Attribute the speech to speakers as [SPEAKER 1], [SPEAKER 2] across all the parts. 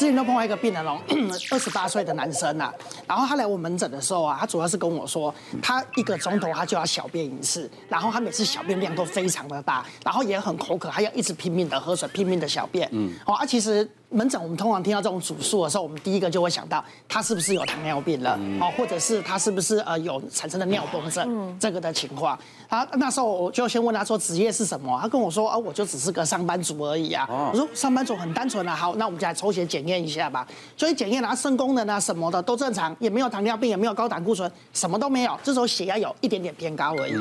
[SPEAKER 1] 之前都碰到一个病人哦， 二十八岁的男生啊，然后他来我门诊的时候啊，他主要是跟我说，他一个钟头他就要小便一次，然后他每次小便量都非常的大，然后也很口渴，还要一直拼命的喝水，拼命的小便。嗯，哦，啊，其实门诊我们通常听到这种主诉的时候，我们第一个就会想到他是不是有糖尿病了，哦，或者是他是不是呃有产生了尿崩症这个的情况。啊，那时候我就先问他说职业是什么，他跟我说啊，我就只是个上班族而已啊。我说上班族很单纯啊，好，那我们就来抽血检验一下吧。所以检验啊，肾功能啊什么的都正常，也没有糖尿病，也没有高胆固醇，什么都没有。这时候血压有一点点偏高而已。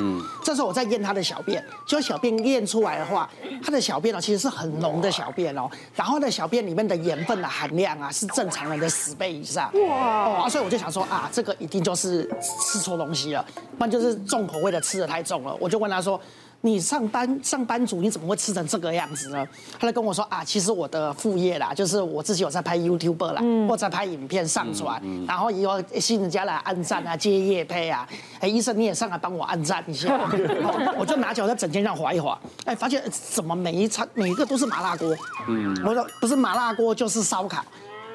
[SPEAKER 1] 这时候我在验他的小便，结果小便验出来的话，他的小便哦、其实是很浓的小便哦、然后呢，小便里面的盐分的含量啊是正常人的十倍以上。哇！哦，啊所以我就想说啊，这个一定就是吃错东西了，不然就是重口味的吃的太重了。我就问他说。你上班上班族你怎么会吃成这个样子呢？他就跟我说啊，其实我的副业啦，就是我自己有在拍 YouTube 啦，或在拍影片上传，然后也有新人家来按赞啊、接夜配啊。哎，医生你也上来帮我按赞一下，哦我就拿起我在枕间上划一划，哎，发现呃怎么每一餐每一个都是麻辣锅，嗯，我说不是麻辣锅就是烧烤。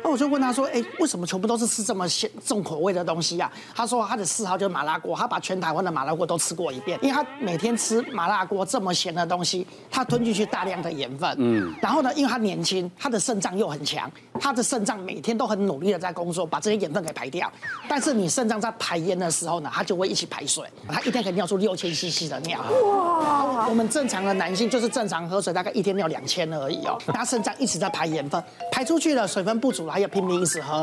[SPEAKER 1] 那我就问他说：“哎、为什么全部都是吃这么咸重口味的东西呀、他说他的嗜好就是麻辣锅，他把全台湾的麻辣锅都吃过一遍，因为他每天吃麻辣锅这么咸的东西，他吞进去大量的盐分。嗯，然后呢，因为他年轻，他的肾脏又很强，他的肾脏每天都很努力的在工作，把这些盐分给排掉。但是你肾脏在排烟的时候呢，它就会一起排水，他一天可以尿出六千 CC 的尿。我们正常的男性就是正常喝水，大概一天尿两千而已哦。他肾脏一直在排盐分，排出去了水分不足了，还要拼命一直喝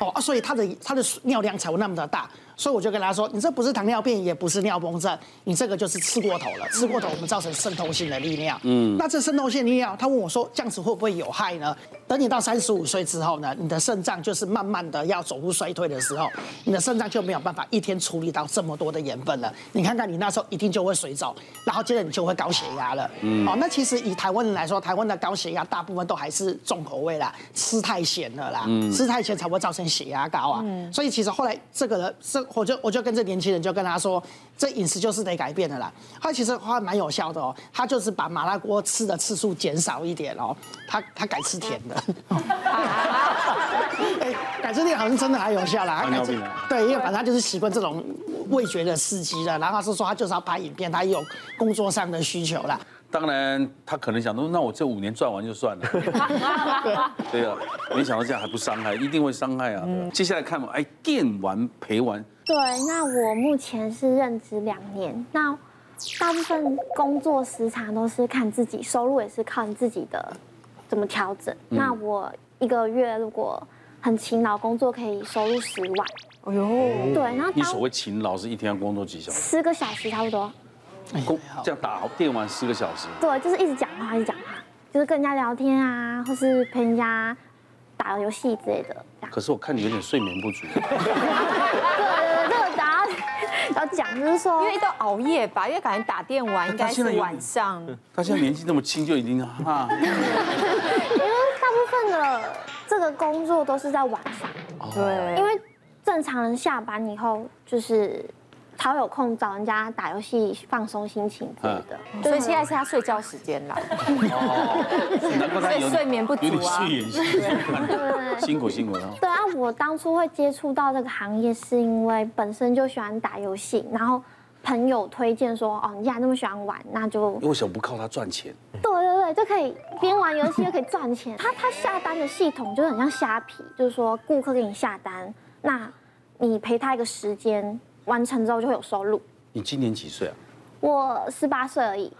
[SPEAKER 1] 哦，啊所以他的他的尿量才会那么的大。所以我就跟他说，你这不是糖尿病，也不是尿崩症，你这个就是吃过头了。吃过头，我们造成渗透性的利尿。嗯，那这渗透性利尿，他问我说，这样子会不会有害呢？等你到三十五岁之后呢，你的肾脏就是慢慢的要走入衰退的时候，你的肾脏就没有办法一天处理到这么多的盐分了。你看看你那时候一定就会水肿，然后接着你就会高血压了。嗯，哦，那其实以台湾人来说，台湾的高血压大部分都还是重口味啦，吃太咸了啦，吃太咸才会造成血压高啊。所以其实后来这个人，这我就我就跟这年轻人就跟他说，这饮食就是得改变的啦。他其实他蛮有效的哦，他就是把麻辣锅吃的次数减少一点哦，他他改吃甜的。 哎，改吃甜好像真的还有效啦。他
[SPEAKER 2] 糖尿
[SPEAKER 1] 改吃
[SPEAKER 2] 病啊
[SPEAKER 1] 对，因为反正他就是习惯这种味觉的刺激了，然后他是说他就是要拍影片，他也有工作上的需求啦。
[SPEAKER 2] 当然，他可能想说，那我这五年赚完就算 了。对啊，没想到这样还不伤害，一定会伤害啊。
[SPEAKER 3] 嗯
[SPEAKER 2] 接下来看嘛，哎，电玩陪玩，
[SPEAKER 4] 对，那我目前是任职两年，那大部分工作时长都是看自己，收入也是看自己的怎么调整。
[SPEAKER 3] 嗯
[SPEAKER 4] 那我一个月如果很勤劳工作，可以收入十万。
[SPEAKER 3] 哎呦，
[SPEAKER 4] 对，然后
[SPEAKER 2] 你所
[SPEAKER 4] 当
[SPEAKER 2] 谓勤劳是一天要工作几小时，
[SPEAKER 4] 十个小时差不多。
[SPEAKER 3] 哎
[SPEAKER 2] 工这样打电玩四个小时，
[SPEAKER 4] 对，就是一直讲话，一直讲话，就是跟人家聊天啊，或是陪人家打游戏之类的。 这样
[SPEAKER 2] 可是我看你有点睡眠不足。
[SPEAKER 4] 对对对，这个然后要讲就是说
[SPEAKER 3] 因，为都熬夜吧，因为感觉打电玩应该是晚上，
[SPEAKER 2] 他现在年纪那么轻就已经 哈，
[SPEAKER 4] 因为大部分的这个工作都是在晚上。
[SPEAKER 3] 对，
[SPEAKER 4] 因为正常人下班以后就是才会有空找人家打游戏放松心情之类的。
[SPEAKER 3] 所以现在是他睡觉时间啦，
[SPEAKER 2] 难怪他
[SPEAKER 3] 所以
[SPEAKER 2] 有
[SPEAKER 3] 睡眠不
[SPEAKER 2] 有点
[SPEAKER 3] 足啊
[SPEAKER 2] 睡。眼惺忪，辛苦辛苦了。
[SPEAKER 4] 对啊，我当初会接触到这个行业，是因为本身就喜欢打游戏，然后朋友推荐说，哦，你既然那么喜欢玩，那就
[SPEAKER 2] 为什么不靠他赚钱？
[SPEAKER 4] 对对对，就可以边玩游戏又可以赚钱。他他下单的系统就是很像虾皮，就是说顾客给你下单，那你陪他一个时间，完成之后就会有收入。
[SPEAKER 2] 你今年几岁啊？
[SPEAKER 4] 我十八岁而已，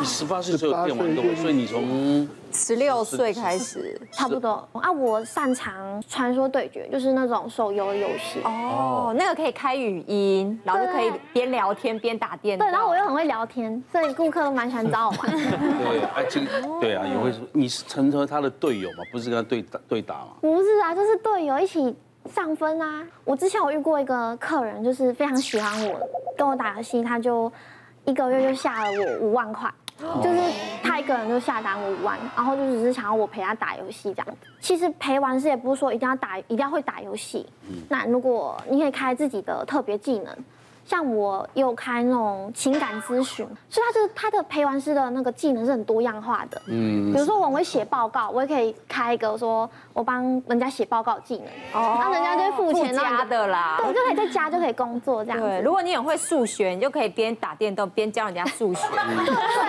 [SPEAKER 2] 你十八岁就有电玩动，所以你从
[SPEAKER 3] 十六岁开始，
[SPEAKER 4] 差不多啊，我擅长传说对决，就是那种手游的游戏。
[SPEAKER 3] 哦，那个可以开语音，然后就可以
[SPEAKER 4] 对
[SPEAKER 3] 边聊天边打电
[SPEAKER 4] 对，
[SPEAKER 3] 动。
[SPEAKER 4] 然后我又很会聊天，所以顾客都蛮喜欢找我玩。
[SPEAKER 2] 对，哎，这
[SPEAKER 4] 哦
[SPEAKER 2] 个对啊，也会说你是成为他的队友嘛，不是跟他对打对打嘛？
[SPEAKER 4] 不是啊，就是队友一起上分啊。我之前有遇过一个客人，就是非常喜欢我，跟我打游戏，他就一个月就下了我五万块。就是他一个人就下单我五万，然后就只是想要我陪他打游戏这样子。其实陪玩是也不是说一定要打，一定要会打游戏。那如果你可以开自己的特别技能，像我有开那种情感咨询，所以他这他的陪玩师的那个技能是很多样化的。嗯，比如说我很会写报告，我也可以开一个说我帮人家写报告技能，
[SPEAKER 3] 哦
[SPEAKER 4] 那人家就会付钱，然后
[SPEAKER 3] 加
[SPEAKER 4] 你
[SPEAKER 3] 的啦
[SPEAKER 4] 对，。我就可以在家就可以工作这样
[SPEAKER 3] 对，
[SPEAKER 4] 子。
[SPEAKER 3] 如果你很会数学，你就可以边打电动边教人家数 学，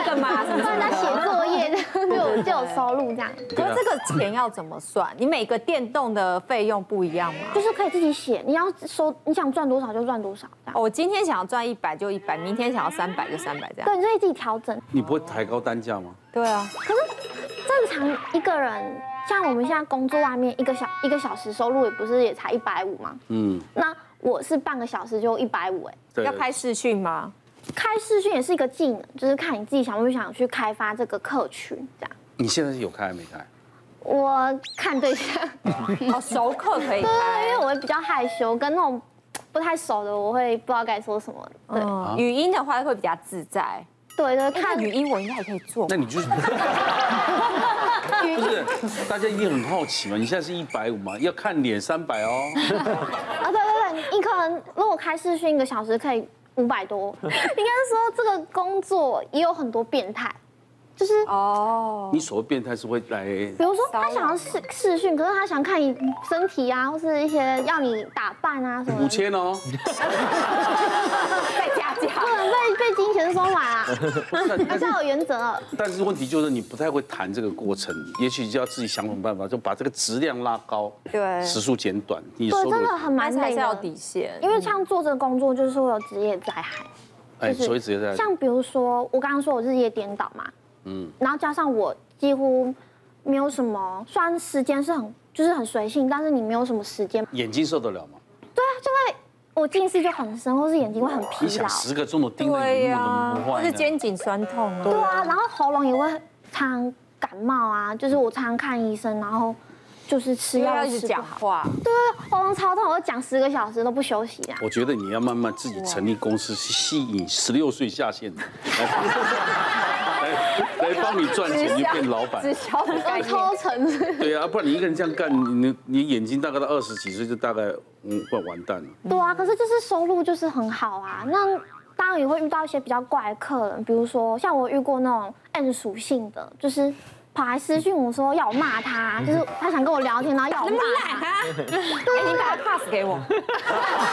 [SPEAKER 3] 这个嘛，什么
[SPEAKER 4] 帮人家写作业，这样就有就有收入这样，
[SPEAKER 3] 可是这个钱要怎么算？你每个电动的费用不一样吗？
[SPEAKER 4] 就是可以自己写，你要收你想赚多少就赚多少这样。
[SPEAKER 3] 哦，我今天想要赚一百就一百，明天想要三百就三百，这样。
[SPEAKER 4] 对，你就可以自己调整。
[SPEAKER 2] 你不会抬高单价吗？
[SPEAKER 3] 对啊，
[SPEAKER 4] 可是正常一个人，像我们现在工作外面一个小一个小时收入也不是也才一百五吗？
[SPEAKER 2] 嗯，
[SPEAKER 4] 那我是半个小时就一百五哎。
[SPEAKER 2] 对
[SPEAKER 3] 要开视讯吗？
[SPEAKER 4] 开视讯也是一个技能，就是看你自己想不想去开发这个客群这样。
[SPEAKER 2] 你现在是有开还没开？
[SPEAKER 4] 我看对象，
[SPEAKER 3] 哦，熟客可
[SPEAKER 4] 对，
[SPEAKER 3] 以
[SPEAKER 4] 因为
[SPEAKER 3] 开。
[SPEAKER 4] 我会比较害羞，跟那种不太熟的，我会不知道该说什么。对、
[SPEAKER 2] 啊
[SPEAKER 3] 嗯，哎语音的话会比较自在。
[SPEAKER 4] 对对，
[SPEAKER 3] 看
[SPEAKER 4] 看
[SPEAKER 3] 语音我应该也可以做
[SPEAKER 2] 那。
[SPEAKER 3] 吧
[SPEAKER 2] 你就是，不是？大家一定很好奇嘛。你现在是一百五嘛，要看脸三百 哦。
[SPEAKER 4] 啊，对对对，你可能如果开视讯一个小时可以五百多，应该是说这个工作也有很多变态，就是
[SPEAKER 3] 哦，
[SPEAKER 2] 你所谓变态是会来，
[SPEAKER 4] 比如说
[SPEAKER 3] 骚扰
[SPEAKER 4] 他想要视视讯，可是他想看你身体啊，或是一些要你打扮啊什么
[SPEAKER 2] 五
[SPEAKER 4] 的，
[SPEAKER 2] 千 哦，
[SPEAKER 3] 再加价。
[SPEAKER 4] 不能被被金钱收买啊，还是要有原则的。
[SPEAKER 2] 但是问题就是你不太会谈这个过程，也许就要自己想想办法，就把这个质量拉高，
[SPEAKER 3] 对
[SPEAKER 2] 时速减短，你收
[SPEAKER 4] 对，
[SPEAKER 2] 入
[SPEAKER 4] 真的很
[SPEAKER 3] 那
[SPEAKER 4] 蛮
[SPEAKER 3] 才
[SPEAKER 4] 累
[SPEAKER 3] 是要
[SPEAKER 4] 的
[SPEAKER 3] 底。线，
[SPEAKER 4] 因为像做这个工作，就是会有职业灾害，
[SPEAKER 2] 哎，
[SPEAKER 4] 就是
[SPEAKER 2] 所以直接在
[SPEAKER 4] 像比如说我刚刚说我日夜颠倒嘛，
[SPEAKER 2] 嗯，
[SPEAKER 4] 然后加上我几乎没有什么，虽然时间是很就是很随性，但是你没有什么时间，
[SPEAKER 2] 眼睛受得了吗？
[SPEAKER 4] 我近视就很深，或是眼睛会很疲
[SPEAKER 2] 你想
[SPEAKER 4] 劳，
[SPEAKER 2] 十个钟头盯着荧幕怎么不啊
[SPEAKER 3] 或
[SPEAKER 2] 坏
[SPEAKER 3] 啊是
[SPEAKER 2] 呢？
[SPEAKER 3] 肩颈酸痛啊。
[SPEAKER 4] 对啊，然后喉咙也会常感冒啊，就是我常看医生，然后就是吃
[SPEAKER 3] 不
[SPEAKER 4] 药
[SPEAKER 3] 要一
[SPEAKER 4] 吃不
[SPEAKER 3] 直讲
[SPEAKER 4] 好，
[SPEAKER 3] 话，
[SPEAKER 4] 对对，对喉咙超痛，我讲十个小时都不休息啊。
[SPEAKER 2] 我觉得你要慢慢自己成立公司，去吸引十六岁下线的来来来帮你赚
[SPEAKER 3] 啊
[SPEAKER 2] 钱，你变老板。
[SPEAKER 3] 直销的概
[SPEAKER 4] 都
[SPEAKER 3] 念。
[SPEAKER 4] 抽成，
[SPEAKER 2] 对啊，不然你一个人这样干，你你你眼睛大概到二十几岁就大概嗯，快完蛋了。
[SPEAKER 4] 对啊，可是就是收入就是很好啊。那当然也会遇到一些比较怪的客人，比如说像我遇过那种暗属性的，就是跑来私讯我说要我骂他，就是他想跟我聊天，然后要我
[SPEAKER 3] 那么
[SPEAKER 4] 骂
[SPEAKER 3] 懒
[SPEAKER 4] 他，
[SPEAKER 3] 啊！哎，你把它 pass 给我，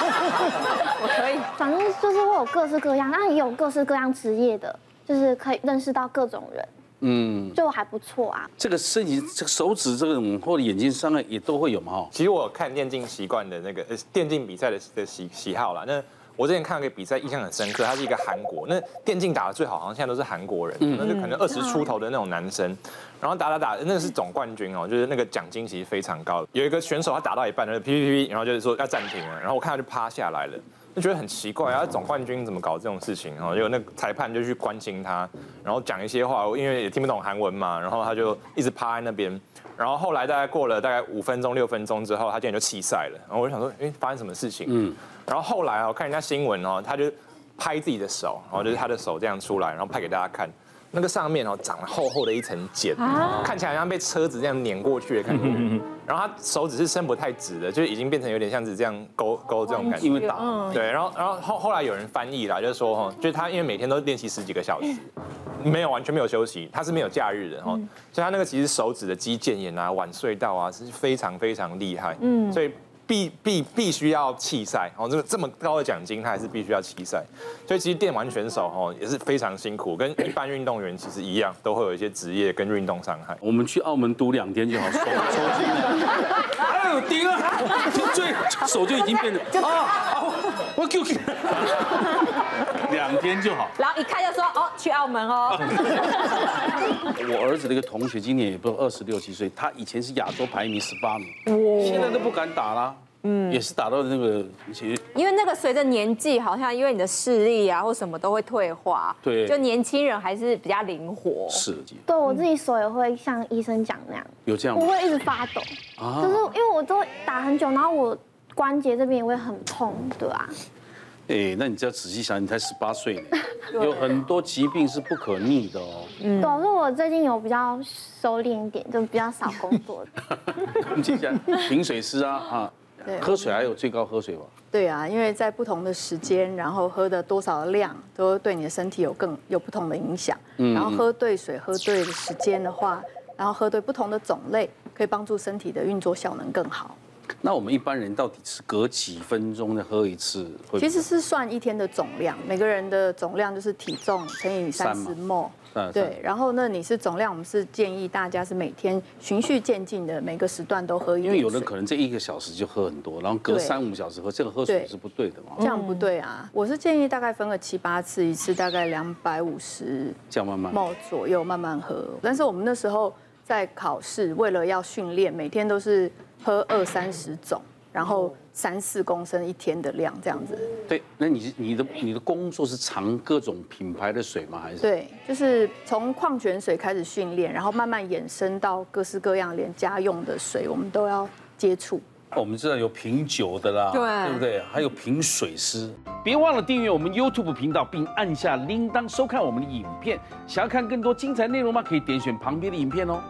[SPEAKER 3] 我可以。
[SPEAKER 4] 反正就是会有各式各样，那也有各式各样职业的，就是可以认识到各种人，
[SPEAKER 2] 嗯，
[SPEAKER 4] 就还不错啊。
[SPEAKER 2] 这个身体、这个手指这种或者眼睛伤害也都会有嘛哈。
[SPEAKER 5] 其实我有看电竞习惯的那个呃电竞比赛的的喜喜好啦。那我之前看了一个比赛，印象很深刻，他是一个韩国，那电竞打的最好，好像现在都是韩国人，那就可能二十出头的那种男生，然后打打打，那个是总冠军哦，就是那个奖金其实非常高。有一个选手他打到一半，然后噼噼噼，然后就是说要暂停了，然后我看他就趴下来了。就觉得很奇怪啊，总冠军怎么搞这种事情？然后有那个裁判就去关心他，然后讲一些话，因为也听不懂韩文嘛，然后他就一直趴在那边。然后后来大概过了大概五分钟六分钟之后，他竟然就弃赛了。然后我就想说，哎，发生什么事情？嗯。然后后来啊，我看人家新闻哦，他就拍自己的手，然后就是他的手这样出来，然后拍给大家看。那个上面哦长了厚厚的一层茧，看起来好像被车子这样碾过去的感觉。然后他手指是伸不太直的，就是已经变成有点像是这样勾勾这种感觉。
[SPEAKER 2] 因为打
[SPEAKER 3] 嗯
[SPEAKER 5] 对，然后然后后后来有人翻译啦，就是说哈，就是他因为每天都练习十几个小时，没有完全没有休息，他是没有假日的哈，所以他那个其实手指的肌腱炎啊、腕隧道啊是非常非常厉害，嗯，所以必必必须要弃赛，哦，这个这么高的奖金他还是必须要弃赛，所以其实电玩选手哈也是非常辛苦，跟一般运动员其实一样，都会有一些职业跟运动伤害。
[SPEAKER 2] 我们去澳门赌两天就 好，手抽筋了。哎呦，顶啊！最手就已经 变成啊啊！我我 QQ，两天就好。
[SPEAKER 3] 然后一看就说哦，去澳门 哦。
[SPEAKER 2] 我儿子的一个同学今年也不二十六七岁，他以前是亚洲排名十八名，现在都不敢打啦。嗯，也是打到那个，其实
[SPEAKER 3] 因为那个随着年纪，好像因为你的视力啊或什么都会退化，
[SPEAKER 2] 对
[SPEAKER 3] 就年轻人还是比较灵活。
[SPEAKER 2] 是
[SPEAKER 4] 对我自己手也会像医生讲那样，
[SPEAKER 2] 有这样
[SPEAKER 4] 我
[SPEAKER 2] 吗？
[SPEAKER 4] 会一直发抖，
[SPEAKER 2] 嗯啊
[SPEAKER 4] 就是因为我都打很久，然后我关节这边也会很痛，对啊。
[SPEAKER 2] 哎，那你只要仔细想，你才十八岁呢，有很多疾病是不可逆的哦。
[SPEAKER 4] 对，所以我最近有比较收敛一点，就比较少工作。
[SPEAKER 2] 我们接下来饮水师啊啊，
[SPEAKER 6] 对
[SPEAKER 2] 喝水还有最高喝水吧？哦
[SPEAKER 6] 对啊，因为在不同的时间，然后喝的多少的量，都对你的身体有更有不同的影响。
[SPEAKER 2] 嗯
[SPEAKER 6] 然后喝对水、喝对的时间的话，然后喝对不同的种类，可以帮助身体的运作效能更好。
[SPEAKER 2] 那我们一般人到底是隔几分钟再喝一次？会
[SPEAKER 6] 其实是算一天的总量，每个人的总量就是体重乘以
[SPEAKER 2] 三
[SPEAKER 6] 三
[SPEAKER 2] 嘛
[SPEAKER 6] 十 m
[SPEAKER 2] 嗯
[SPEAKER 6] 对，然后那你是总量，我们是建议大家是每天循序渐进的，每个时段都喝一点
[SPEAKER 2] 因
[SPEAKER 6] 水。
[SPEAKER 2] 为有人可能这一个小时就喝很多，然后隔
[SPEAKER 6] 对
[SPEAKER 2] 三五小时喝，这个喝水
[SPEAKER 6] 对
[SPEAKER 2] 是不对的嘛
[SPEAKER 6] 这？样不对啊，我是建议大概分个七八次，一次大概两百五十
[SPEAKER 2] 这样慢慢。
[SPEAKER 6] 冒左右慢慢喝。但是我们那时候在考试，为了要训练，每天都是喝二三十种，然后三四公升一天的量这样子。
[SPEAKER 2] 对，那你你的你的工作是尝各种品牌的水吗？还是？
[SPEAKER 6] 对，就是从矿泉水开始训练，然后慢慢衍生到各式各样，连家用的水我们都要接触。
[SPEAKER 2] 我们知道有品酒的啦，
[SPEAKER 3] 对
[SPEAKER 2] 对不对？还有品水师。
[SPEAKER 7] 别忘了订阅我们 YouTube 频道，并按下铃铛收看我们的影片。想要看更多精彩内容吗？可以点选旁边的影片哦。